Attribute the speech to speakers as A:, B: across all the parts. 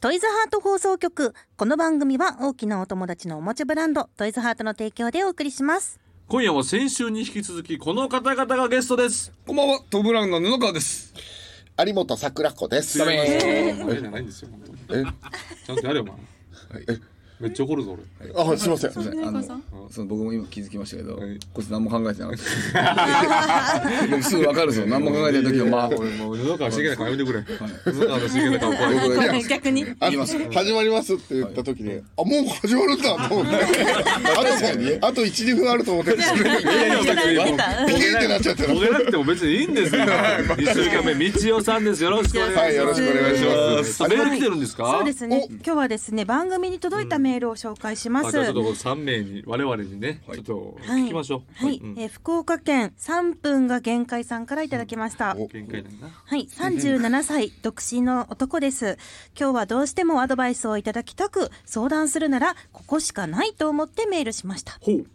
A: トイズハート放送局。この番組は大きなお友達のおもちゃブランド、トイズハートの提供でお送りします。
B: 今夜は先週に引き続きこの方々がゲストです。
C: こんばんは、トムブラウンの布川です。
D: 有本桜子です。
B: 違います。えじゃないんですよ。本当に
D: え、
B: ちゃんとやれよお前。めっちゃ怒るぞ俺。
D: あ、すみません。
C: あの、その僕も今気づきましたけど、
B: はい
C: こいつ何も考えてなか った。僕すぐわかるんですよ。何も考えてない時は、まあ、
B: 俺もう布川茂な顔やめてくれ。布川茂な顔怖い。
C: 僕が
A: 逆に。
D: あ
C: いきます
D: 始まりますって言った時に、あ、もう始まるんだと思って。あと、あと一二分あると思って。ピケーってなっちゃって
B: ボケなくても別にいいん ですよ。一週間目道代さんです。よろしくお願いします。
D: はいよろしくお願いします
B: メール来てるんですか。
A: そうですね。
D: お
A: 今日はですね、番組に届いたメールを紹介しま
B: あ
A: す。
B: じゃあちょっ
A: は
B: と三名に我々にね、ちょっと
A: い
B: 聞きましょう。
A: はい、
B: うん
A: えー福岡県三分が限界さんからいただきました。
D: お
B: 限界なんだな。
A: はい、37歳、独身の男です。今日はどうしてもアドバイスをいただきたく、相談するなら、ここしかないと思ってメールしました。
B: ほう。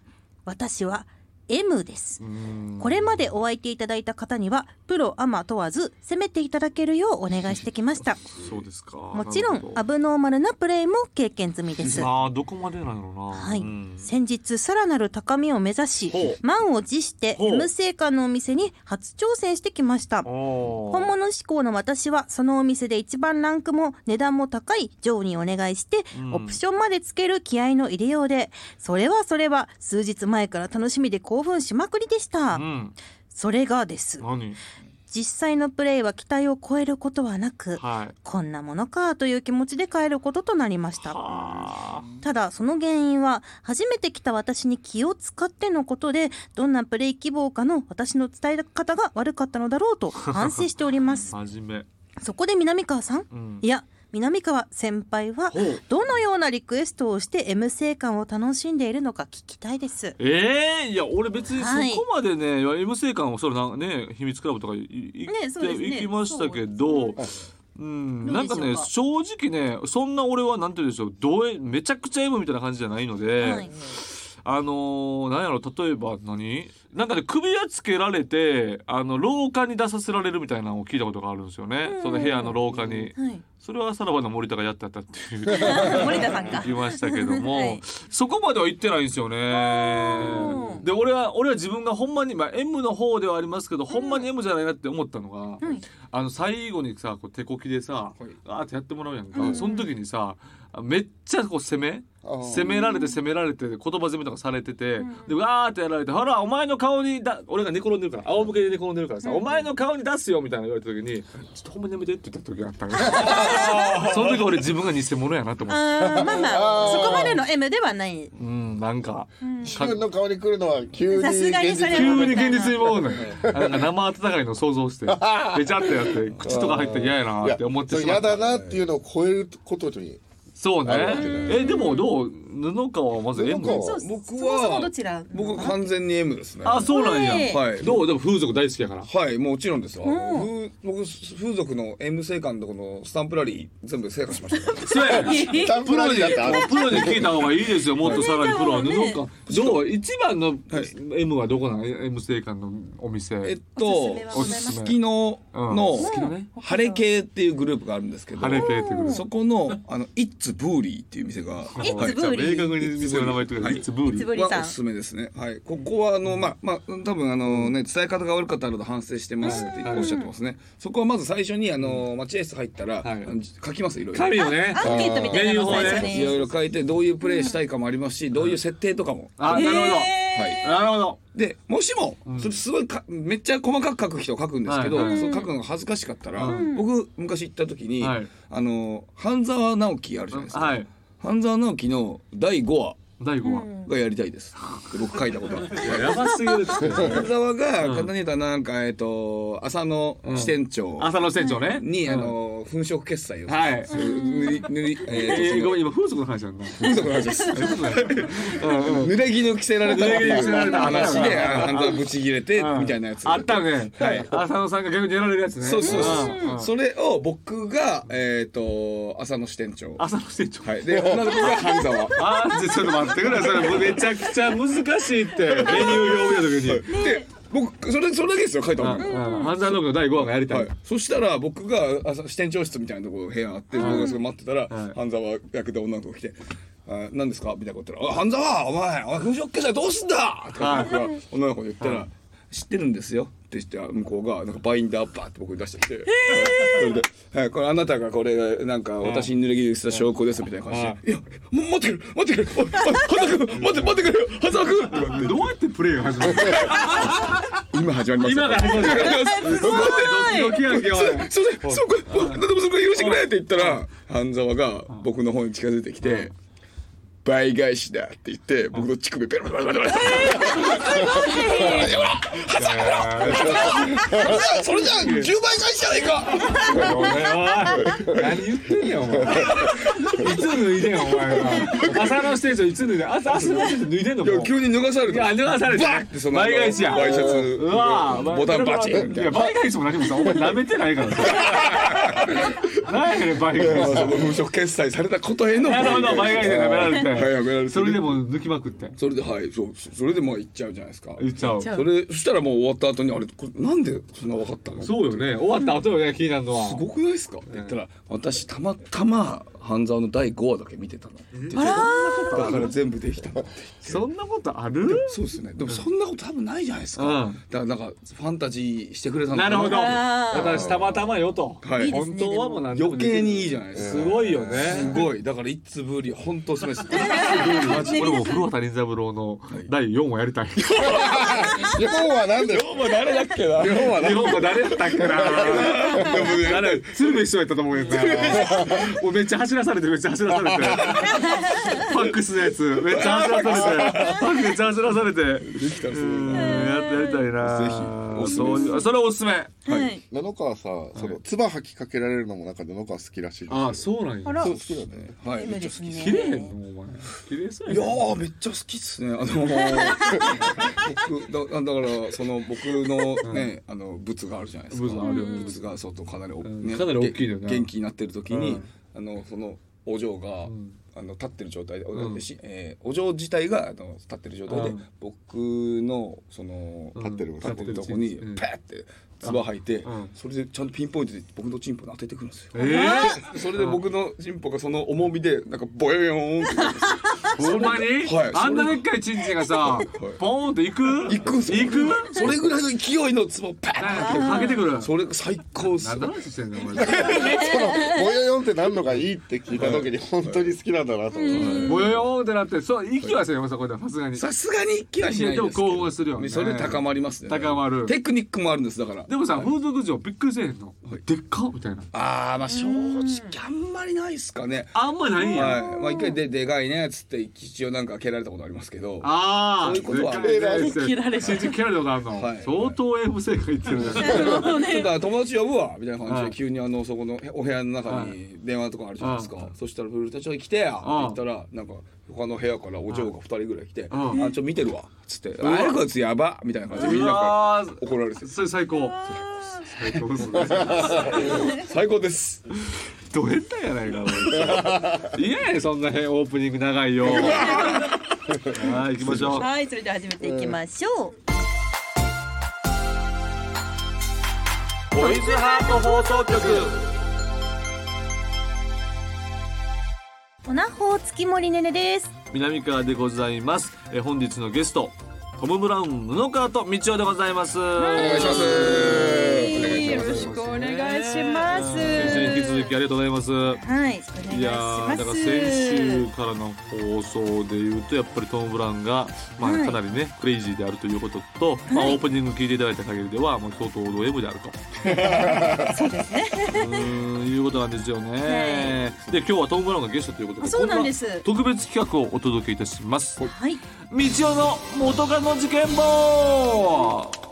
A: 私は M です。
B: うん
A: これまでお相手いただいた方には、プロ、アマ問わず、攻めていただけるようお願いしてきました。
B: そうですか。
A: もちろ
B: なるほ
A: ん、
B: ど
A: アブノーマルなプレイも経験済みです。
B: ああどこまでなのな。
A: はい
B: うん、
A: 先日さらなる高みを目指し
B: ほう
A: 満を持して
B: ほう
A: M 製館のお店に初挑戦してきました
B: おー
A: 本物志向の私はそのお店で一番ランクも値段も高い上にお願いして、
B: うん
A: オプションまでつける気合の入れようでそれはそれは数日前から楽しみで興奮しまくりでした、
B: うん。
A: それがです
B: 何。
A: 実際のプレイは期待を超えることはなく
B: はい。
A: こんなものかという気持ちで帰ることとなりました
B: あ
A: ただその原因は初めて来た私に気を使ってのことでどんなプレイ希望かの私の伝え方が悪かったのだろうと反省しており ます
B: あ真面
A: そこで南川さん
B: 目。うん
A: い。や南川先輩は
B: ほう
A: どのようなリクエストをして M 生感を楽しんでいるのか聞きたいです
B: ええいや俺別に
A: はい
B: そこまでね、いや M 生館をそれなんかね秘密クラブとかいい
A: ねそうですね
B: 行きましたけど
D: そう
A: ど
B: うん、
D: で。
A: うでしょ
B: な
A: うんか
B: かね正直ねそんな俺はなんて言うんでしょうどうえめちゃくちゃ M みたいな感じじゃないので、
A: はい
B: あのー、なんやろ例えば何なんかね首輪つけられてあの廊下に出させられるみたいなのを聞いたことがあるんですよね、
A: うん
B: その部屋の廊下に、
A: はい
B: それはさらばの森田がやってたっていう
A: 森田さんか
B: 言いましたけど も、
A: はい
B: そこまでは行ってないんですよね
A: ー
B: で俺は俺は自分がほんまに、まあ、M の方ではありますけど、ほんまに M じゃないなって思ったのが、
A: はい
B: あの最後にさこう手こきでさ、
C: い
B: あーってやってもらうやんか、
A: うん
B: その時にさめっちゃこう攻め
D: ます
B: 責。められて責められて言葉攻めとかされてて、
A: うん
B: でわーってやられて「ほらお前の顔にだ俺が寝転んでるから仰向けで寝転んでるからさ、お前の顔に出すよ」みたいな言われた時に「ちょっとほんまにやめて」って言った時があった のその時俺自分が偽物やなと思って
A: あーまあまあ
D: あー
A: そこまでの M ではない、
B: うんなんか
A: うん
D: 自分の顔に来るのは急に
A: さすがにそれは
B: 急に現実に戻るのよなんか生温かいのを想像してべちゃってやって口とか入って嫌やなって思ってしま
D: 嫌
B: った
D: だなっていうのを超えることに。
B: そうね
D: あるわけだよ
B: えでもどう布川はまず M
D: 布川は
A: そう
C: 僕は
A: そもそもどちら
C: 僕は完全に M ですね。
B: あそうなんや、
C: はい
B: どうでも風俗大好きやから
C: はい、もちろんですよ。あの
A: う
C: 風僕、風俗の M 生館のとこのスタンプラリー全部制覇しましたから。
B: そうや
D: スタン
B: プ
D: プ
B: ロ
D: ラ
B: に
D: リーだ った。
B: プロに聞いた方がいいですよ。もっとさらにプロは布か。どう一番の M はどこなの？M 生館のお店。
C: えっ
A: お
C: と
A: すすめは、ご
B: ざいます
C: すきのの
B: うんすきのね、
C: 晴れ系っていうグループがあるんですけど、
B: 晴れ系っていう
C: そこの、あの、イッツブーリーっていう店が、
A: It's
B: はいじゃあ
A: Buri
B: 明確に店の名前言ってください。
C: はい
B: It's Buri
A: It's Buri
C: はおすすめですね。はい、ここはあのまあまあ多分あのね伝え方が悪かったので反省してますっておっしゃってますね。そこはまず最初にあの待合室入った
B: は
C: ら
B: い
C: あの書きますいろいろ。
B: 神よね。
A: アンケートみたいなのを最初
C: いろ
A: に
C: いろ書いてどういうプレイしたいかもありますしどういう設定とかも。
B: あ、なるほ
C: はい。
B: ど。なるほど。
C: でもしもそれすごいかめっちゃ細かく書く人を書くんですけど、
B: はいはい
C: その書くのが恥ずかしかったら、
B: うん
C: 僕昔行った時に、
B: はい
C: あの半沢直樹あるじゃないですか。
B: はい。
C: 半沢直樹の第5話
B: 第五話。
C: がやりた いです。で僕書いたことあって。
B: いややばすぎるって。
C: 半沢が簡単に言うとなんか、えっと浅野支店長
B: 浅野船長ね。
C: に、あの粉飾決済を、
B: はい
C: そう塗り塗り、え
B: えー
C: ー
B: ご
C: と
B: めん今風俗の話なんだ。
C: その風俗の話です
B: 風俗の話うんうん
C: 濡れ衣着せられたって
B: 濡れ衣
C: い
B: 着せられ
C: う
B: た
C: 話であ半沢ぶち切れて
B: うん
C: みたいなやつ
B: あったね。
C: はい
B: 浅野さんが逆にやられるやつね。
C: そうそうそ
B: んん
C: うそれを僕がえっ、と浅野支店長
B: 浅野船長。
C: はいで女の子が半沢
B: あーちょっと待ってくれそれめちゃくちゃ難しいってメニュー表見た時に
C: で僕それそれだけですよ書いた
B: あ
C: 本
B: あ犯罪能力の第5話がやりた
C: はいい、そしたら僕があそ支店長室みたいなところ部屋あって、僕がそれ待ってたら、半沢役で女の子が来て「あ何ですか?」みたいなこと言ったら「あ半沢お前お前粉飾決済どうすんだ!」って僕が女の子に言ったら「知ってるんですよ」ってして向こうがなんかバインダーバーって僕に出してきて、それで、はい、これあなたがこれなんか私に濡れ着した証拠ですみたいな感じで「いやも待ってくれ待ってくれおいおい半沢君待って待ってくれ半沢君!」とか言って
B: どうやってプレイが始まる
C: 今始まり
B: 今
C: ました
B: が始まる
C: すごい
B: ドキドキやんけおい
C: すすいませんそうか何でもそこ許してくれって言ったら半沢が僕の方に近づいてきて「倍返しだ」って言って僕の乳首ペロペロペロペロペロそれじゃあ10倍返しじゃねえか
B: お前は何言ってんやお前いつ脱いでんお前は朝のステージをいつ脱いでん朝朝のステージ脱いでんのもう
C: いや急に脱がされ
B: い
C: て
B: や脱がされて
C: バッてその
B: 倍返しや
C: ワイシャ
B: う
C: ツ
B: わ
C: ボタンバチンみたいない
B: や倍返しも何もさお前舐めてないからさ何やねん倍返し
C: その無職決済されたことへの
B: なるほど倍返しで舐められ
C: はい舐められ
B: て
C: て
B: それでもう抜きまくって
C: それではいそうそれでまあ行っちゃうじゃないですか
B: 言っちゃおう
C: それそしたらもう終わった後にあれこれなんでそんな分かったの
B: そうよね終わった後よね気になるのは
C: すごくないですか?」って言ったら「私たまたま半沢の第5話だけ見てたの」だから全部できたの」
B: そんなことある
C: そうですねでもそんなこと多分ないじゃないですか、
B: うん
C: だからなんかファンタジーしてくれたの
B: な
C: か
B: るほど
A: あー
B: 私たまたまよと
C: はい
B: 本当はもう何でも
C: 余
B: できる
C: 計にいいじゃないですか、
B: すごいよ
C: す
B: ね
C: ごいだから一つぶり本当おすすめです
B: マジ俺も古畑任三郎の第4話やりたい
D: 日本はなんだよ。
B: もう誰だっけな日本は日本は誰だったっけなでもね誰鶴瓶師匠やったと思うやつなもうめっちゃ走らされてめっちゃ走らされてファックスのやつめっちゃ走らされてファックスめっちゃ走らされて
C: できたらす
B: う
C: ごい
B: ん
C: な
B: やってやりたいな
C: ぜひおすす
B: そ
C: め
B: う
C: です
B: いうそれおすすめ
A: はい。
D: 野々川さ、その唾吐きかけられるのもなんか野々川好きらしいですよ。
B: そうなん
A: あら
D: そう好きなんだね。
C: はいめっちゃ
A: ですね。
B: 切れへんのお前切れそう
C: い
B: や
C: や
B: ね
C: ーめっちゃ好きっすね。あの ー僕だだからその僕のね、あのブツがあるじゃないですか。
B: ブツあるよね
C: ブツが相当かなり大き、
B: んかなり大きいよね
C: げ元気になってる時に、
B: うん
C: あのそのお嬢が、
B: ん
C: あの立ってる状態で、お
B: うん
C: しえーお嬢自体があの立ってる状態で、
B: うん
C: 僕のその、
B: うん
D: 立ってる
C: 立ってるとこに
B: うん
C: パーって唾吐いて、
B: うん
C: それでちゃんとピンポイントで僕のチンポに当ててくるんですよ。
B: えー
C: それで僕のチンポがその重みでなんかボヨヨーンって。
B: ほんまに、
C: はい
B: あんなでっかいチンチンがさ、ポーンと行く
C: 行くんすよ
B: 行く
C: それぐらいの勢いのツボパーンって
B: かけてくる
C: それ最高っす
B: 何
C: よ
B: の話してんのお前
D: そのボヨヨンって何のがいいって聞いた時に本当に好きなんだなと思って。
B: ボヨヨーンってなってそう息はせよそこではさすがに
C: さすがに一気はしないですけど
B: でも興奮するよね
C: それで高まりますね
B: 高まる
C: テクニックもあるんですだから
B: でもさ風俗嬢びっくりせえへんの、でっかみたいな
C: ああまあ正直あんまりないっすかね
B: あんまないんや、
C: はいまあ一回ででかいねっつって一応なんか蹴られたことありますけど
B: ああ
C: そういうことは
A: 蹴られる
B: チンチン蹴られたことあんの、
C: はい
B: 相当 F 正解ってるね
C: ちょっとあの友達呼ぶわみたいな感じ
B: は
C: で
B: い
C: 急にあのそこのお部屋の中に電話とかあるじゃないです
B: は
C: かそしたら「古田ちょい来てや」って言ったらなんか他の部屋からお嬢が2人ぐらい来て「あ
B: うん
C: ちょ見てるわ」っつって「
B: わ
C: あれこいつやば」みたいな感じでみんなから
B: あー
C: 怒られてる
B: それ最高最高ですね
C: 最高です
B: ど変態やないかお前いやいやそんな変オープニング長いよ はい行きましょう
A: はい、それでは始めていきましょう。
B: ボイズハート放送局
A: オナホー月森ねねです。
B: 南川でございますえー本日のゲストトム・ブラウン布川と道夫でございますお
C: お願いしますお願いし
A: よ
C: ま
A: ろ
C: す
A: しくお願いします。
B: 先週に引き続きありがとうございます
A: はい、お願い
B: い
A: し
B: や
A: ま
B: ー
A: す。
B: だから先週からの放送でいうとやっぱりトム・ブラウンが、まあ、
A: はい
B: かなりね、クレイジーであるということと、まあ、オープニング聞いていただいた限りでは、まあ、相当王道エブである と。そうですね。いうことなんですよね。で今日はトム・ブラウンがゲストということで
A: あそうなんです
B: こんな特別企画をお届けいたします。道
A: はい。
B: 夫の元カノ事件簿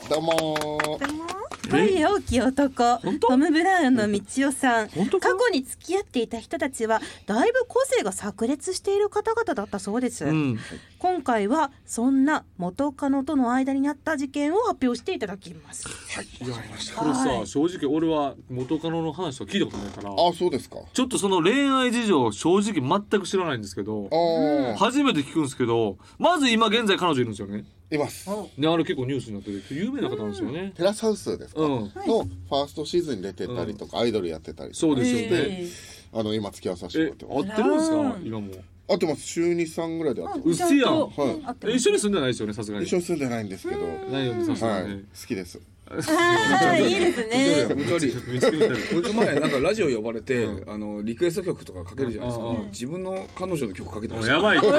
D: どうもー。
A: 恋多き男
B: 当
A: トム・ブラウンの道夫さん過
B: 本当か
A: 去に付き合っていた人たちはだいぶ個性が炸裂している方々だったそうです、
B: うん、
A: 今回はそんな元カノとの間になった事件を発表していただきます
B: これさ、
A: はい
B: 正直俺は元カノの話は聞いたことないから
D: あ、そうですか。
B: ちょっとその恋愛事情を正直全く知らないんですけど
D: ああ。
B: 初めて聞くんですけどまず今現在彼女いるんですよね
D: います
B: ねあれ結構ニュースになってて有名な方なんですよね。
D: テラスハウスですか、
B: うん
D: のファーストシーズンに出てたりとか、アイドルやってたり
B: そうですよね。
A: え
D: あの今付き合わさせても
B: え
D: らって
B: 合
D: ま
B: ってるんですか今も。
D: す合ってます週23ぐらいで合ってます
B: うっせやん。
D: はい
A: 合って
B: え
A: ま
B: 一
A: す
B: 緒に住んでないですよねさすがに。
D: 一緒に住んでないんですけど、
B: ないよねさす
D: は
B: が
D: い、
B: にね。
D: 好きです
A: あーいいですね
C: 無理
B: 見つけてみたいな
C: 僕前なんかラジオ呼ばれて、あのリクエスト曲とかかけるじゃないですか、
B: うん
C: 自分の彼女の曲かけてま
B: も
C: し
B: う
C: た
B: やばいって。や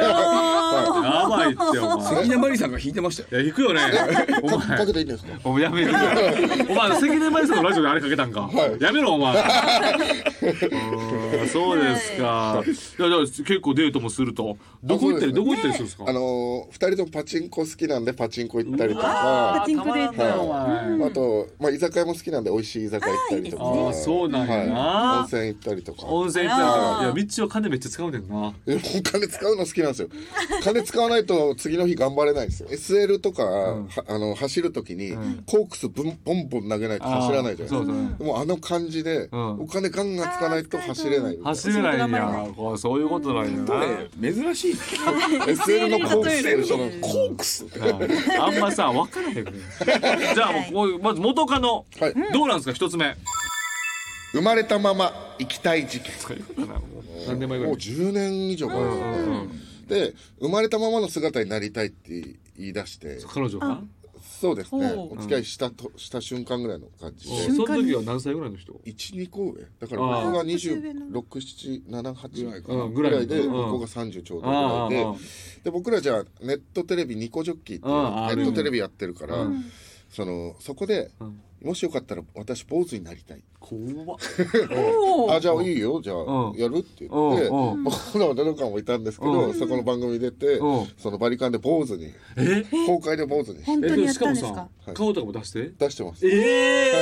B: ばいってお前。
C: 関根麻里さんが弾いてましたよ
B: いや行く よね。お
D: か
B: 前
D: かけていいんですか
B: お前やめ ろ。お前関根麻里さんのラジオであれかけたんか。やめろお前。 うーんそうですか。いやじゃあ結構デートもすると。どこ行ったり
D: あそ
B: ど
D: う
B: こ行っ
D: ですね
B: たりするんですか
D: あ。のー、2人ともパチンコ好きなんでパチンコ行ったりとか
A: パチンコデー
D: はい
A: ト
D: あと、まあ、居酒屋も好きなんで美味しい居酒屋行ったりとか
B: あーいいですねあーそうなんやな
D: はい、温泉行ったりとか
B: 温泉行ったりとか。いや道を金めっちゃ使うねんな。
D: えお金使うの好きなんですよ金使わないと次の日頑張れないんですよ SL とか、はあの走る時に、コークスぶんボンボン投げないと走らないじゃないですか
B: あーそうだね
D: でもあの感じ
B: ん
D: で、お金ガンガン使わないと走れないみたいな
B: 走れないんや。こうそういうことなんやな。
C: 珍しい
D: SL のコークスと一緒なんです
C: コークスって
B: あんまさ分からへんねじゃあもうまず元カノ、
D: はい
B: どうなんですか一つ目
D: 生まれたまま行きたい事件
B: 何年前ぐら
D: もう
B: い
D: 10年以上前ですよね、で生まれたままの姿になりたいって言い出して
B: 彼女が
D: そうですね
A: ほう
D: お付き合いしたとした瞬間ぐらいの感じ
B: そ
D: で
B: の時は何歳ぐらいの人
D: 12個上だから
B: あー
D: 僕が
C: ぐらいか
D: 2678
B: うんぐ
D: ぐ
B: らい
D: らいで
B: うん
D: 僕が30ちょうどぐらい
B: あーあ
D: でで僕らじゃあネットテレビニコジョッキーって
B: あーあ
D: いう
B: るよ
D: ネ
B: ね
D: ットテレビやってるからそのそこで
B: ん
D: もしよかったら私坊主になりたい
B: 怖っ
D: あじゃあいいよじゃあ
B: うん
D: やるって言って
B: うんうん
D: 僕らは何かもいたんですけどそこの番組出て
B: うん
D: そのバリカンで坊主に
B: え
D: 公開で坊主に
A: 本当にやったんです
B: え
A: か
B: しもさ顔とかも出して
D: 出してます
B: ええ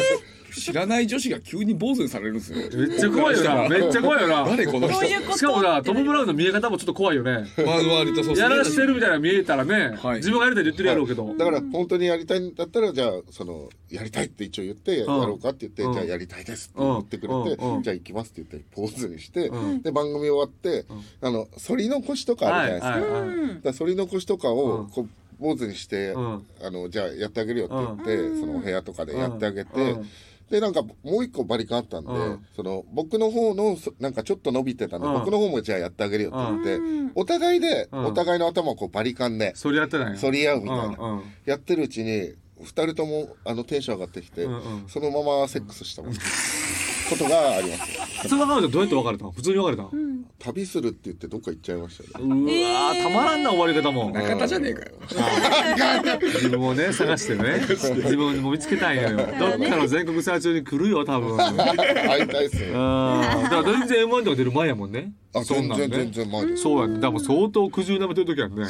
C: 知らない女子が急に坊主にされるんですよ
B: めっちゃ怖いよなめっちゃ怖いよな
C: 誰この人
A: そういうこと
B: しかもなトム・ブラウンの見え方もちょっと怖いよね
C: まあ割とそう
B: やらしてるみたいな見えたらね、
C: はい
B: 自分がやりたいって言ってるやろうけど、
D: だから本当にやりたいんだったらじゃあそのやりたいって一応言ってや
B: うん
D: ろうかって言って、
B: うん
D: じゃあやりたいですって言ってくれて、
B: うんうん
D: じゃあ行きますって言ってポーズにして、
B: うん
D: で番組終わって、あの反り残しとかあ
B: は
D: る
B: い
D: じゃな
B: は
D: いで
B: い
D: すか,、
B: はい
D: だから反り残しとか
B: う
D: を
B: ん
D: こう坊主にして、
B: うん
D: あのじゃあやってあげるよって言って、そのお部屋とかでやってあげて、
B: うんうん
D: でなんかもう一個バリカンあったんで、
B: うん
D: その僕の方のそなんかちょっと伸びてたんで、
B: うん
D: 僕の方もじゃあやってあげるよって言って、お互いで、
B: うん
D: お互いの頭をこうバリカンで
B: それやってない
D: 反り合うみたいな。
B: うんうん
D: やってるうちに二人ともあのテンション上がってきて、
B: うんうん
D: そのままセックスしたもんことがあります
B: その彼女どうやって別れたの普通に別れたの、
D: 旅するって言ってどっか行っちゃいましたね
B: うわーたまらんな終わり方も
C: 中田じゃねえかよ
B: 自分をね探してね 自分も見つけたい のよどっかの全国ツアー中に来るよ多分あ
D: 会いたいっすね
B: ーだから全然 M1 とか出る前やもんね
D: あ
B: そん
D: 全
B: なん
D: 然
B: ね
D: 全然前です
B: そうやねだからもう相当苦渋舐めてる時や んね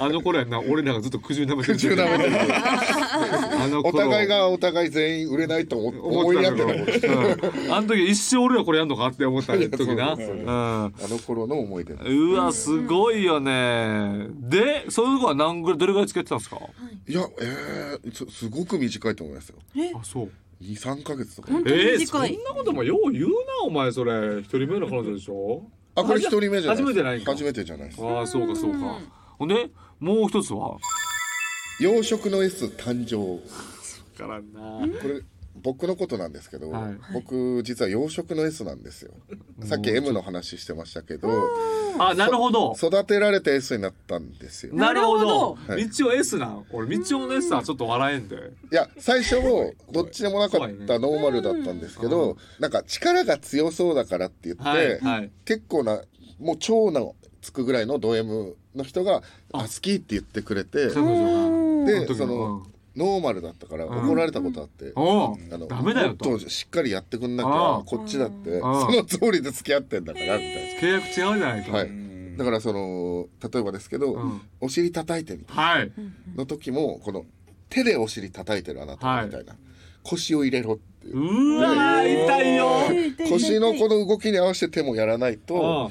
B: あの頃やんな俺らがずっと苦渋舐めてる時
D: 中断まで
B: あの
D: お
B: 頃
D: 互いがお互い全員売れないと思
B: 思
D: 思い
B: って
D: 合
B: た
D: っ
B: け
D: て
B: ど、
D: たもん
B: うん、あの時一生俺らこれやんのかって思った時な、
D: いやそうそう
B: うん
D: あの頃の思い出です
B: うわすごいよねでそういう子は何ぐらいどれぐらい付き合ってたんですか、
D: いやえー、すすごく短いと思いますよ
B: あそう
D: 23か月とか
A: 本当に
B: えー、そん
A: 短い
B: なこともよう言うなお前それ一人目の彼女でしょ
D: あこれ一人目じゃな
B: 初
D: い
B: めてないんか
D: 初めてじゃないです
B: ああそうかそうかほんでもう一つは
D: 養殖の S 誕生
B: からな
D: これ僕のことなんですけど、
B: はい
D: 僕実は養殖の S なんですよさっき M の話してましたけど
B: あなるほど
D: 育てられて S になったんですよ
B: なるほ
A: なる
B: ど
A: ほ
D: ど
B: みちお S なん俺みちおの S はちょっと笑えんで
D: いや最初もどっちでもなかったノーマルだったんですけどなんか力が強そうだからって言って、
B: はいはい
D: 結構なもう超のつくぐらいのド M の人が「あ好き」って言ってくれて
B: 彼女
D: で
B: の時の
D: そのノーマルだったから怒られたことあって。
B: がおう
D: あの
B: ダメだ
D: も
B: よ
D: っ
B: と
D: としっかりやってくんなきゃ
B: ああ
D: こっちだってそ
B: ああ
D: の通りで付き合ってんだからみたいな
B: 契約違うじゃないか
D: はい、だからその例えばですけど、
B: うん
D: お尻叩いてみたい
B: はい
D: の時もこの手でお尻叩いてるあなたみたいな、腰を入れろっていう
B: うわー痛いよ
D: 腰のこの動きに合わせて手もやらないと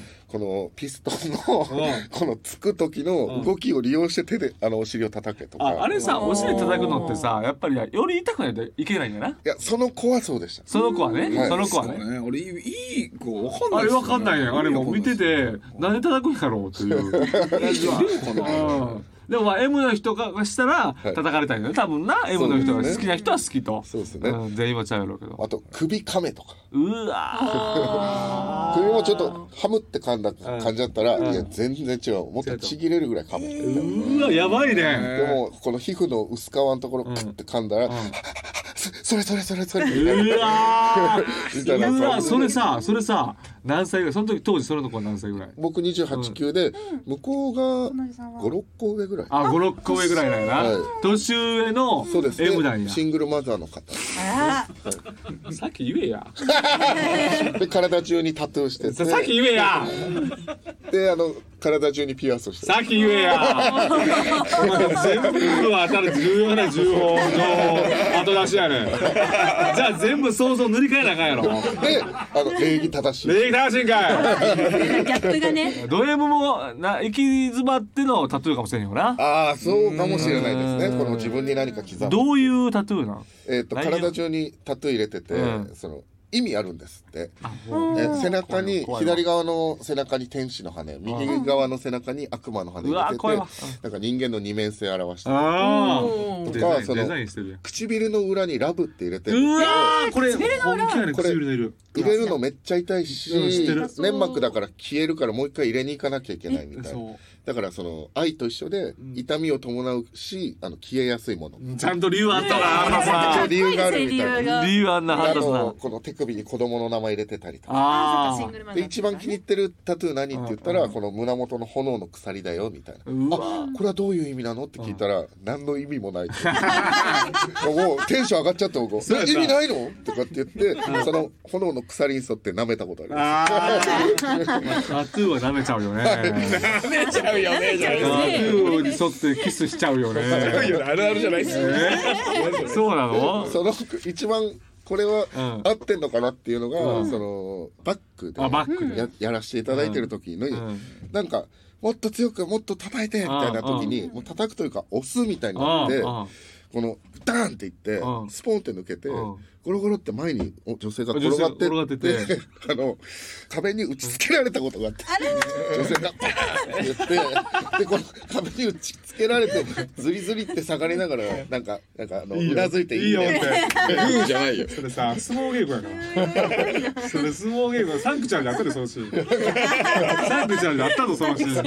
B: うん
D: このピストンのこのつく時の動きを利用して手であのお尻を叩けとか
B: ああれさお尻叩くのってさやっぱりより痛くないといけないんだない
D: やその子はそうでした
B: その子はね、
D: はい
B: その子はね
C: ね俺いい子わかんな
B: あ
C: い
B: れわかんないね。あれも見てて、なんで叩くんやろうっていう。
C: 大丈夫かな
B: うんでもまあ M の人がしたら
D: い
B: 叩かれたいんだよね多分な M の人が好きな人は好きと
D: そうですね
B: ん全員はちゃうやろうけど
D: あと首噛めとか
B: うわ
D: 首もちょっとハムって噛んだ感じだったら、いや全然違うもっとちぎれるぐらい噛む、
B: ーうわやばいね
D: でもこの皮膚の薄皮のところクッて噛んだら、そそれそれそれそれみたいな
B: うわ
D: みたいな
B: ーうわそれさそれさ何歳ぐらいその時当時その子は何歳ぐらい
D: 僕28級で、向こうが56個上ぐらい
B: あ五56個上ぐらいだよな、
D: はい
B: 年上の
D: そうです
B: M なん
D: ね
B: や
D: シングルマザーの方
A: あ
B: さっき言えや
D: で体中にタトゥーして
B: ささっき
D: て
B: 言えや
D: であの体中にピアスをして
B: さっき言えやお前全部は当たる重要な重報の後出しやねんじゃあ全部想像塗り替えなあかんやろ
D: であの礼儀正しい
B: 礼儀正しいんか
A: ーギャップがね
B: いド M もな行き詰まってのタトゥーかもしれんよな
D: ああそうかもしれないですねこの自分に何か刻む
B: どういうタトゥーなの
D: えっ、と
B: 内容
D: 体中にタトゥー入れてて、
B: うん
D: その意味あるんですって
A: うん
D: え背中に
B: 怖いわ
D: 左側の背中に天使の羽右側の背中に悪魔の羽入
B: うわ怖い
D: れ
B: わ
D: ててなんか人間の二面性を表して
B: あ
D: ー
B: あデ
D: とか
B: ザイン
D: その
B: デザインしてるやん
D: 唇の裏にラブって入れてるん
B: う
D: です
B: わ
D: よ
B: ーこれ本気やね
D: これ
B: 唇の色
D: 入れるのめっちゃ痛いし、
B: うん知ってる
D: 粘膜だから消えるからもう一回入れに行かなきゃいけないみたいな
B: そ
D: だからその愛と一緒で痛みを伴うしあの消えやすいもの
B: うちゃんと理由あったなあんな
D: ち
B: さ
D: ゃ理由があるみたいな
B: ん理由あんな
D: あ
B: 判断すな
D: のこの手首に子供の名前入れてたりとか
B: ああ
D: で一番気に入ってるタトゥー何って言ったら、この胸元の炎の鎖だよみたいな、
B: うわ
D: あこれはどういう意味なのって聞いたら、何の意味もないってもうテンション上がっちゃった僕 意
B: そうやった
D: 味ないのとかって言ってその炎の鎖に沿って舐めたことあります
B: あータトゥーは舐めちゃうよね。
C: 舐めちゃうよねじゃ
B: タトゥーに沿ってキスしちゃう よね。
C: あるよねあるあるじゃないっすよね
B: そうな の？
D: その一番これは
B: うん
D: 合ってんのかなっていうのが、そのバックで
B: あバックで
D: ややらせていただいてる時の、
B: ん
D: なんかもっと強くもっと叩いてみたいな時に、もう叩くというか押すみたいになって、
B: ああ
D: このダーンっていって、
B: うん
D: スポンって抜けて、
B: うん
D: ゴロゴロって前にお女性が転がって
B: 女性が転がって
D: あの壁に打ちつけられたことがあって女性がバーンって言ってでこの壁に打ちつけられてズリズリって下がりながらなんかなんかあのうなずいていいよって 言うんじゃないよ。
B: それさ相撲稽古やから。それ相撲稽古サンクちゃんであったでそのシー ン。サンクちゃんであったぞそのシー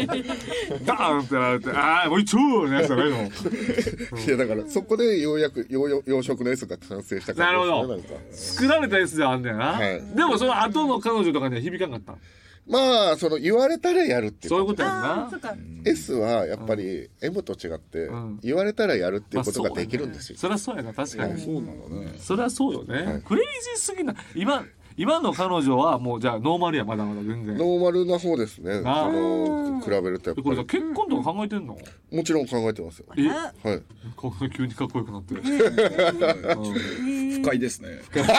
B: ン。ダーンってなってああもう一丁のやつだねもう。
D: いやだからそこでようやくようよ養殖の S が完成した
B: なる
D: 感
B: ほど
D: じですねなんか。
B: 作られたやつではあんだよな。
D: はい
B: でもその後の彼女とかには響かなかった。
D: まあその言われたらやるっていう
B: そういうことやん
A: あー
B: な
A: そ。っか
D: S はやっぱり M と違って
B: ん
D: 言われたらやるっていうこと
B: まあそ
D: が
B: うだね
D: できるんですよ。
B: そりゃそうやな確かに。
C: そうなんだね
B: それはそうよね、クレイジーすぎない今今の彼女はもうじゃあノーマルやまだまだ全然
D: ノーマルな方ですね。そ
B: あ
D: の比べるとや
B: これ
D: っ
B: さ
D: ぱ
B: 結婚とか考えてんの、
D: りもちろん考えてますよ。
B: え
A: あ
D: はい。
B: こんな急にかっこよくなってる
C: 不快ですね
B: 僕ら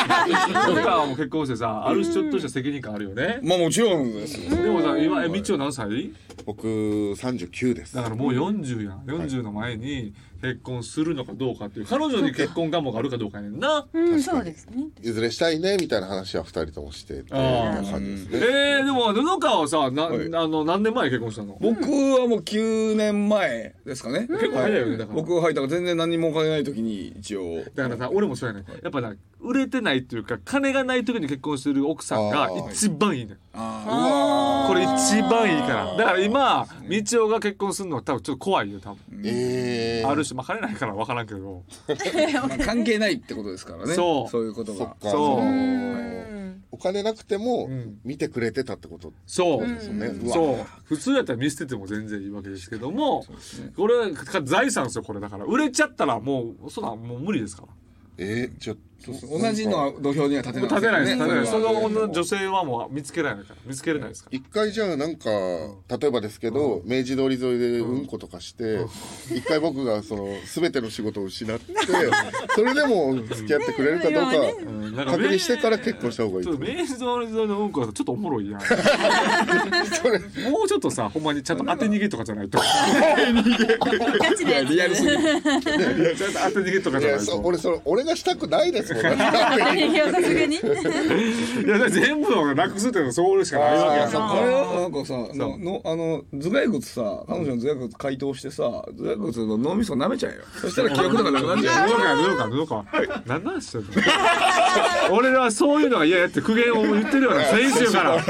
B: はもう結婚してさある種ちょっとした責任感あるよね、
C: まあもちろんですよ
B: でもさ今えみっちは何歳
D: 僕三十九です
B: だ。からもう40やん40の前に結婚するのかどうかっていう彼女に結婚願望があるかどうかやねんな
A: うんそうですね
D: いずれしたいねみたいな話は二人ともしてっていう感じですね。
B: えー、でも布川はさな、
C: はい
B: あの何年前に結婚したの
C: 僕はもう9年前ですかね
B: 結構早いよねだから
C: 僕はいだから全然何もお金ない時に一応
B: だからさ俺もそうやねんやっぱな売れてないっていうか金がない時に結婚してる奥さんが
D: あー
B: 一番いいねん
C: あ
B: これ一番いいからだから今みちおが結婚するのは多分ちょっと怖いよ多分
D: ええ
B: ある種まあ金ないから分からんけど
C: あ、まあ関係ないってことですからね
B: そう
C: いうこと
D: そ
C: が
D: っか。
B: そう
A: うん
D: お金なくても
B: ん
D: 見てくれてたってこと
B: そう
D: ですよね。うわ
B: そう普通やったら見捨てても全然いいわけですけどもこれか財産ですよこれだから売れちゃったらもうそんなんもう無理ですから
D: えー、ちょっと
C: 同じのは土俵には立てない
B: 立てないです立てないですそ
C: れは
B: の女女性はもう見つけられないから見つけれないですから
D: 一回じゃあなんか例えばですけど、明治通り沿いでうんことかして、一回僕がその全ての仕事を失ってそれでも付き合ってくれるかどうか
B: うんなんか
D: 確認してから結婚した方がいい
B: ちょっと明治通り沿いのうんこはちょっとおもろいやん。そもうちょっとさほんまにちゃんと当て逃げとかじゃないとち
A: ガチなやつ
C: リアルすぎる
B: ゃんと当て逃げとか
D: い
B: じゃ
D: や
B: ない
D: そ
B: と
D: 俺それ俺がしたくないですもんだって
A: いやさすがに
B: いやだから全部をなくすっていうのはそうしかないわけや
C: そう
B: さ
C: あれはなんかさののあの頭蓋骨さ彼女の頭蓋骨解凍してさ頭蓋骨の脳みそ舐めちゃえよそしたら記憶とかなくなっ ちゃうよ
B: どうかどうかどうか何なんしてんの俺らはそういうのが嫌やって苦言を言ってるような先週から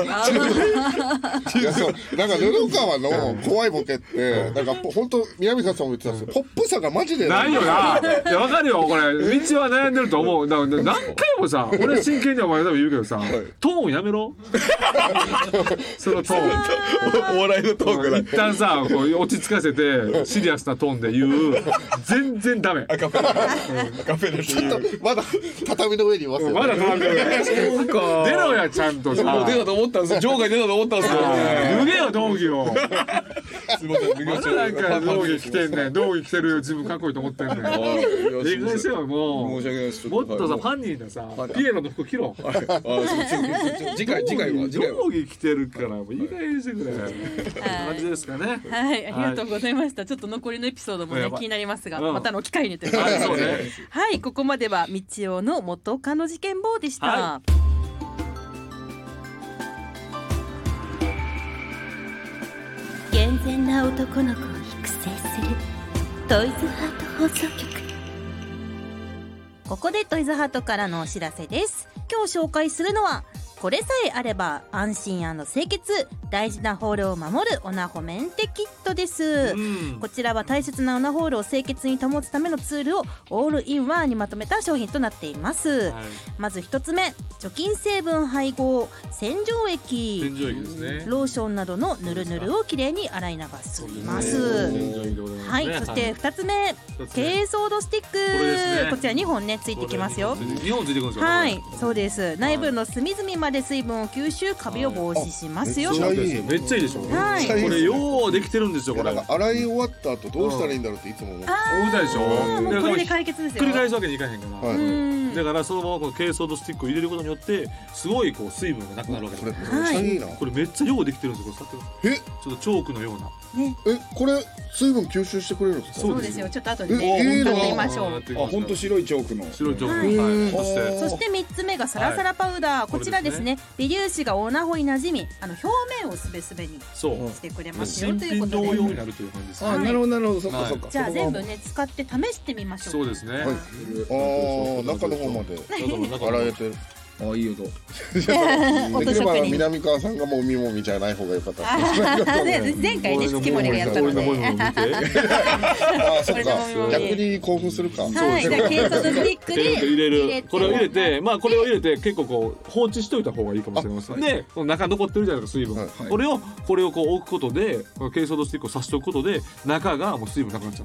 D: いやそうなんか布川の怖いボケってなんか本当宮美さんも言ってたんですけどポップさがマジで
B: ないよないやわかるよこれ道は悩んでると思うだから何回もさ俺真剣にお前多分言うけどさ、トーンやめ ろそのトーン
C: お笑いのトーク
B: 一旦さこう落ち着かせてシリアスなトーンで言う全然ダメ
C: カフェラカフェラっていう
D: まだ畳の上にいますよ、ね、
B: まだトーンだよ
C: そう
B: 出
C: か
B: ろやちゃんとさ
C: もう出たと思ったんですよ場外出たと思ったんですよ
B: 脱げよ道着を
C: すいません
B: まだなんか道着着てんねん道着着てるよ自分かっこいいと思ってんねん
C: い
B: 意外せよもう
C: 申し訳ないですちょ
B: も
C: っ
B: っ
C: と
B: とさ
C: はい
B: ファンニーなさピエロの服着ろ
C: あそうちょちょちょ次回次回は次回は
B: 上下着てるからもういい加減にしてくれ、こんな感じですかね
E: はい、ありがとうございました。ちょっと残りのエピソードも
B: や
E: ね
B: ばい
E: 気になりますが、
B: うん
E: またの機会にということ
B: は
E: で
B: いそうね
E: はい、ここまでは道夫の元カノ事件簿でした。
B: は
F: 健全な男の子を育成するトイズハート放送局
A: ここでトイズハートからのお知らせです今日紹介するのはこれさえあれば安心清潔大事なホールを守るオナホメンテキットです、
B: うん
A: こちらは大切なオナホールを清潔に保つためのツールをオールインワンにまとめた商品となっています、
B: はい
A: まず一つ目除菌成分配合洗浄液
B: 天井駅ですね
A: ローションなどのぬるぬるをきれいに洗い流します
B: 天井駅でございますね
A: はい、そして二つ目、
B: 二つ目
A: 珪藻土スティック
B: れですね
A: こちら二本ねついてきますよ
B: 日本ついてくるんですよ
A: はいそうです内部の隅々まで水分を吸収カビを防止しますよ
D: めっちゃいい
B: めっちゃいいでしょ
A: はい
B: これようできてるんですよこれ
D: な
B: お
D: んか洗い終わった後どうしたらいいんだろうっていつも思う
B: 歌でしょ
A: もうこれで
B: だから
A: 解決です
B: ひっくり
A: よ
B: 返すわけにいかへんから、
D: はい
A: うん
B: だからそのままこの珪藻土スティックを入れることによってすごいこう水分がなくなるわけ
D: こ
B: だ
D: れ
B: か
D: め
B: ら
D: っちゃいいな、
B: これめっちゃようできてるんですよこれ触って
D: え
B: ちょっとチョークのような
D: えこれ水分吸収してくれるんですか
B: そ
E: そうう
B: で
E: ですす
B: よ
E: よ。ちょっと後で
D: えい
E: ね、
D: いな
E: 買ってみましょう。
C: あ本当白いチョークの
B: 白いチョーク、はい、
A: そ
B: そして
A: して三つ目がサラサラパウダー、こちらですね微粒子がオナホになじみあの表面をすべすべに
B: そう、
A: してくれ
B: まあ、
A: ますよ
B: 新
A: という
B: 品
A: こと
B: 同様に
A: で
B: なるという感じですね、
C: あなるほどなるほどそっかそっか
A: じゃあ全部ね使って試してみましょう
B: そうですね、
D: いあー中の方まで洗えてる
C: あいい音
D: できれば南川さんがもうみもみじゃない方が良かったですね
E: ね前回ね、月森がやったので。
B: 俺のものを見て
D: ああそっか
E: 俺のもみもみ
D: 逆に興奮するか
E: はい、じゃあ珪藻土スティック
B: 全部
E: で
B: 入れるこれを入れ
E: て。
B: てまあこれを入れて結構こう放置しといた方がいいかもしれません、でこの中残ってるじゃないですか水分、
D: はい
C: はい
B: これをこれをこう置くことでこの珪藻土スティックをさしておくことで中がもう水分なくなっちゃ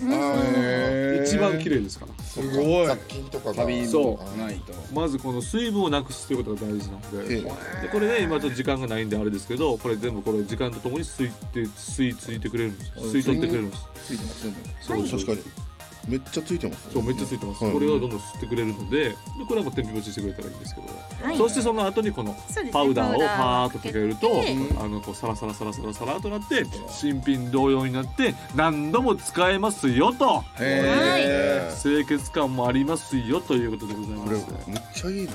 B: う、一番綺麗ですから
C: すごい
D: 殺菌とかが
C: 旅
B: そう
C: ないと
B: まずこの水分をなくすということが大事なので,、
D: え
B: でこれね今ちょっと時間がないんであれですけどこれ全部これ時間とともに吸いて吸い付いてくれるんです吸い取ってくれるんです
C: ついてます
B: そうそう
D: 確かにめっちゃついてます
B: そうめっちゃついてます、
D: はい
B: これをどんどん吸ってくれるのででこれはもう天日干ししてくれたらいいんですけど、
A: はい
B: そしてその後にこの
A: そうですね
B: パウダーを
A: パウダー
B: パーッとかけると
A: かけ
B: あのこうサラサラサラサラサラとなって新品同様になって何度も使えますよと
C: へ
D: え
B: 清潔感もありますよということでござい
D: これ
B: ま
D: めっ
B: す
D: ちゃいいな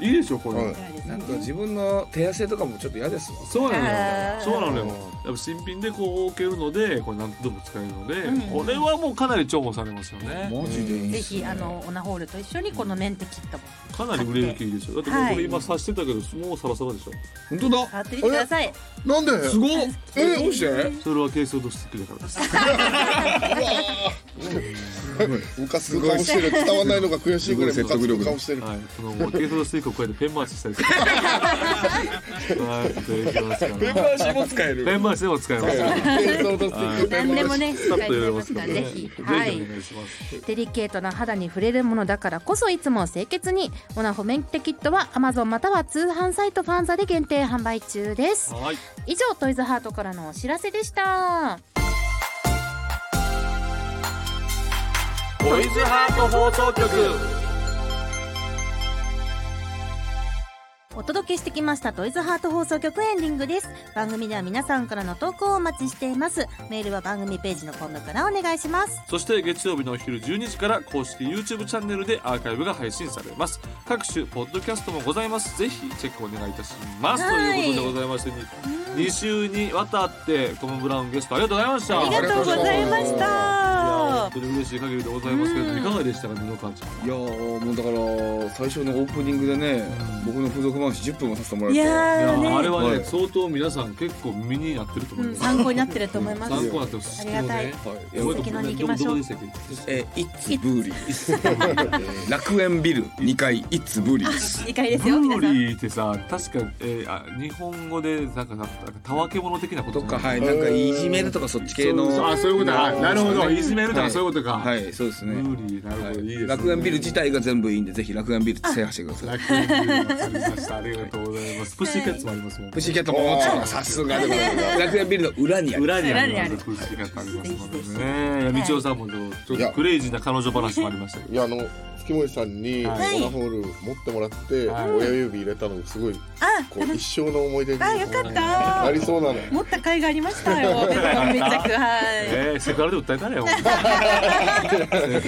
D: い
B: いでしょこれ、
D: はい
C: えなんか自分の手汗とかもちょっと嫌ですわ
B: そうなの
E: あ
B: よ
E: ー
B: そうなのよやっぱ新品でこう置けるのでこれ何度も使えるので、これはもうかなり重宝されますよね
D: マジでいい
A: ぜ
D: っすね
A: ひあのオナホールと一緒にこのメンテキットも
B: かなり売れ行きいいですよだってもうこれ今刺してたけどもうサラサラでしょ
C: 本当だ
A: 買ってみてください
D: なんです
C: ごっえど うして
B: それは珪藻土スティックだからです
D: 浮かす顔してる伝わらないのが悔しいぐらい
C: す
D: 浮
C: ご
D: か
C: い説得力
D: す顔してる
B: はい、そのゲートのスイークを加えてペン回ししたりする。 はい、できますから
C: ペーパーシーも使える
B: ペン回しでも使えます。はい
A: 何でもね使
B: さっ
A: い
B: と
A: て
B: 入れ
A: み
B: ま
A: ますす
B: か
A: からら
B: ね。
A: ぜ
B: ぜひ
A: ひ
B: お
A: はい
B: 願いします。
A: デリケートな肌に触れるものだからこそいつも清潔にオナホメンテキットは Amazon または通販サイトファンザで限定販売中です
B: はい、
A: 以上トイズハートからのお知らせでした
B: トイズハート放送局。
A: お届けしてきましたトイズハート放送局エンディングです番組では皆さんからの投稿をお待ちしていますメールは番組ページのコムからお願いします
B: そして月曜日のお昼12時から公式 YouTube チャンネルでアーカイブが配信されます各種ポッドキャストもございますぜひチェックお願いいたしますと
A: はい
B: いうことでございまして2週にわたってトム・ブラウンゲストありがとうございました
A: ありがとうございまし
B: いや
A: た
B: 本当に嬉しい限りでございますけれども
A: うん
B: いかがでしたかねのかんちゃん
C: いやーもうだから最初のオープニングでね僕の付属話10分もさせてもらっ
A: い
C: て
B: い
A: や
B: や
A: ーね
B: あれはね、
C: はい
B: 相当皆さん結構身になってると思
A: う
B: いま
A: ん、
B: す、
A: 参考になってると思います
B: 参考になってます
A: ありがたい
C: はい
B: どこ
A: 素敵なのに行きましょう
B: どこでしたっけ
C: えー、イッツブーリー楽園ビル2階イッツブーリー
A: いい回です
B: ブ
A: よ皆
B: ー
A: さん
B: リーってさ確か、えー、あ日本語でなんかなんかたわけ者的なこと
C: と
B: じゃ
C: か
B: ない
C: はいなんかいじめるとかそっち系の
G: あそういうことだなるほど
C: はい
G: いじめると
C: は
G: か
C: い
G: そういうことか、
C: はいそうですね
G: ブーリーなるほど、い、いですね
C: 楽園ビル自体が全部いいんでぜひ楽園ビルって制覇してください
G: 楽園ビルが釣りましたありがとうございますプッシーキャッツもありますもん
C: プシーキャットもさすがでございます楽園ビルの裏にある
B: 裏にあ
A: 裏にあ
B: る
A: る
B: プッシーキャッツありますのでねいや道夫さんもちょっとクレイジーな彼女話もありました けど
D: いやあの月森さんにオナ
A: はい
D: ホール持ってもらって、
G: はい
D: 親指入れたのがすごい
A: あ
D: こう一生の思い出に
A: あよかった
D: なりそうなの
A: 持った甲斐がありました よベトナム密着はい
B: えー、セクハラで訴えたれよセク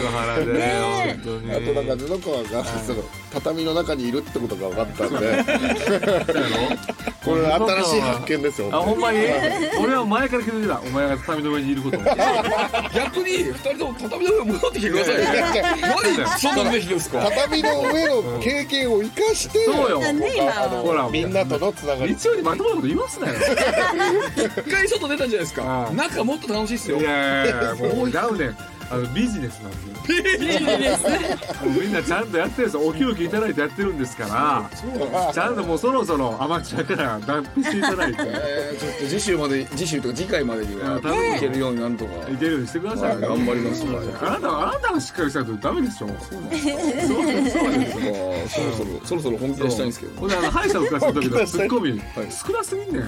B: ハラで、
A: ね
B: 本当に
D: あとなんか布川が、その畳の中にいるってことが分かったん でこれ新しい発見ですよ
B: あほんまに 俺は前から気づいてたお前が畳の上にいることを
C: 逆に二人とも畳の上戻ってきてください
D: い
C: よ
D: やいやいや
C: 何そんな出来ですか
D: 畳の上の経験を生かして
B: そう よ
A: ね今
D: あの
B: ほら
D: みんなとのつながり
B: 日曜にまともなこと言わすなよ
C: 一回外出たじゃないです
B: は
C: か
B: い
C: 中もっと楽しいっすよ
B: いやいやいやもう違うねんあのビジネスなんでビジネスみんなちゃんとやってるんですよお給金いただいてやってるんですからちゃんともうそろそろアマチュアから脱皮していただいて
C: えーちょっと次週まで次週とか次回までに
B: ね
C: は
B: え
C: いけるようになんとか
B: いけるようにしてくださいよ
C: 頑張りますわ
B: あなたあなたがしっかりしたとダメでしょそうそうそうです
C: そろそろそろそろ本気出したいんですけど
B: ほんであの歯医者をかした時のツッコミ
C: はい
B: 少なすぎんねん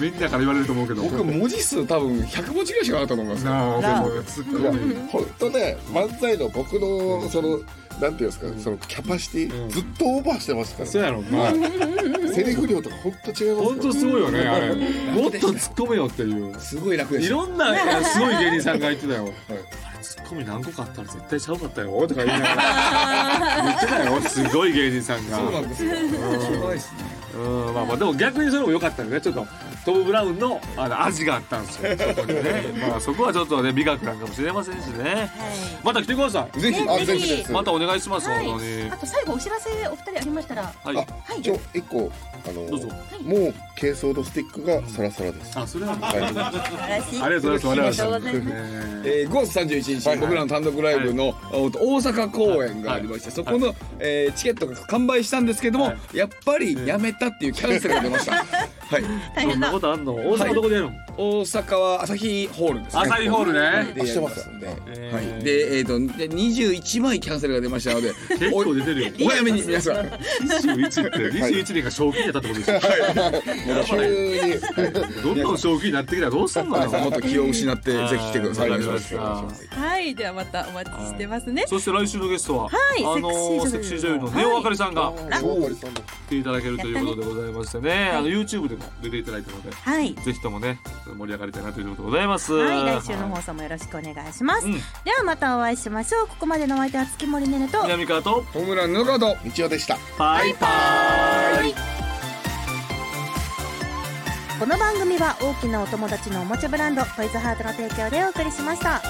B: みんなから言われると思うけど
C: 僕文字数多分100文字ぐらいしかなかったと思いますよ
B: なあでもツッコミ
D: 本当ね漫才の僕のそのなんていうんですかそのキャパシティずっとオーバーしてますから
B: そうやろまあ
D: セリフ量とか本当違います
B: 本当すごいよねあれもっと突っ込めよっていう
C: すごい楽で
B: い
C: した
B: ろんなすごい芸人さんが言ってたよ、あれツッコミ何個かあったら絶対ちゃうかったよとか言いながら言ってたよすごい芸人さんが
C: そうなんですよしょうがないですね
B: うんまあまあでも逆にそれも良かったよねちょっとトム・ブラウンのあの味があったんですよそこにねまあそこはちょっとね美学なんかもしれませんしねまた来てくださ
C: ぜひ
D: あ
A: ぜ
D: ぜ
A: ひ
D: ひです
B: いまたお願いします、
A: はい
B: 本当に
A: あと最後お知らせお二人ありましたら
B: はい、
D: あ一応一個あ
B: どうぞ
D: のもう軽装のスティックがサラサラです
B: あそれは
D: はい
A: 素晴らしい
B: ありがとうございます
A: ありがとうございます
B: ね
C: えー、5月31日、僕らの単独ライブの、お大阪公演がありまして、そこの、えーチケットが完売したんですけども、
B: はい
C: やっぱりやめたっていうキャンセルが出ま した、はい、
B: そんなことあんの大阪どこでやるの、
C: 大阪は朝日ホールですね
B: アサリホールね
C: でやりますんで、は
B: えー
C: い、で、えー、とで21枚キャンセルが出ましたので
B: 結構出てるよ
C: おおやめに皆さん
B: 21って21年が正気になったってことですよ、
D: 急に
B: どんどん正気になってきたらどうすんのよ
C: 皆さんもっと気を失ってぜひ来てください
B: わか
C: よ
B: りま
C: ろ
B: し
C: したくお願いします
H: はいではまたお待ちしてますね
B: そして来週のゲストは、
H: い
B: あのーセ
H: セ
B: ク
H: ク
B: シ
H: シー女優
B: ー女優の
H: の
B: ネオあかりさんが
D: 大森さんの
B: 来ていただけるということでございましてね、あの YouTube でも出ていただいたので、
A: はい
B: ぜひともね盛り上がりたいなということでございます。
A: はい、来週の放送もよろしくお願いします。
B: うん
A: ではまたお会いしましょう。ここまでのお相手は月森ねねと。
B: 南川と
C: ホームランのカード
D: 道夫でした
B: バイバイ
A: この番組は大きなお友達のおもちゃブランドトイズハートの提供でお送りしました。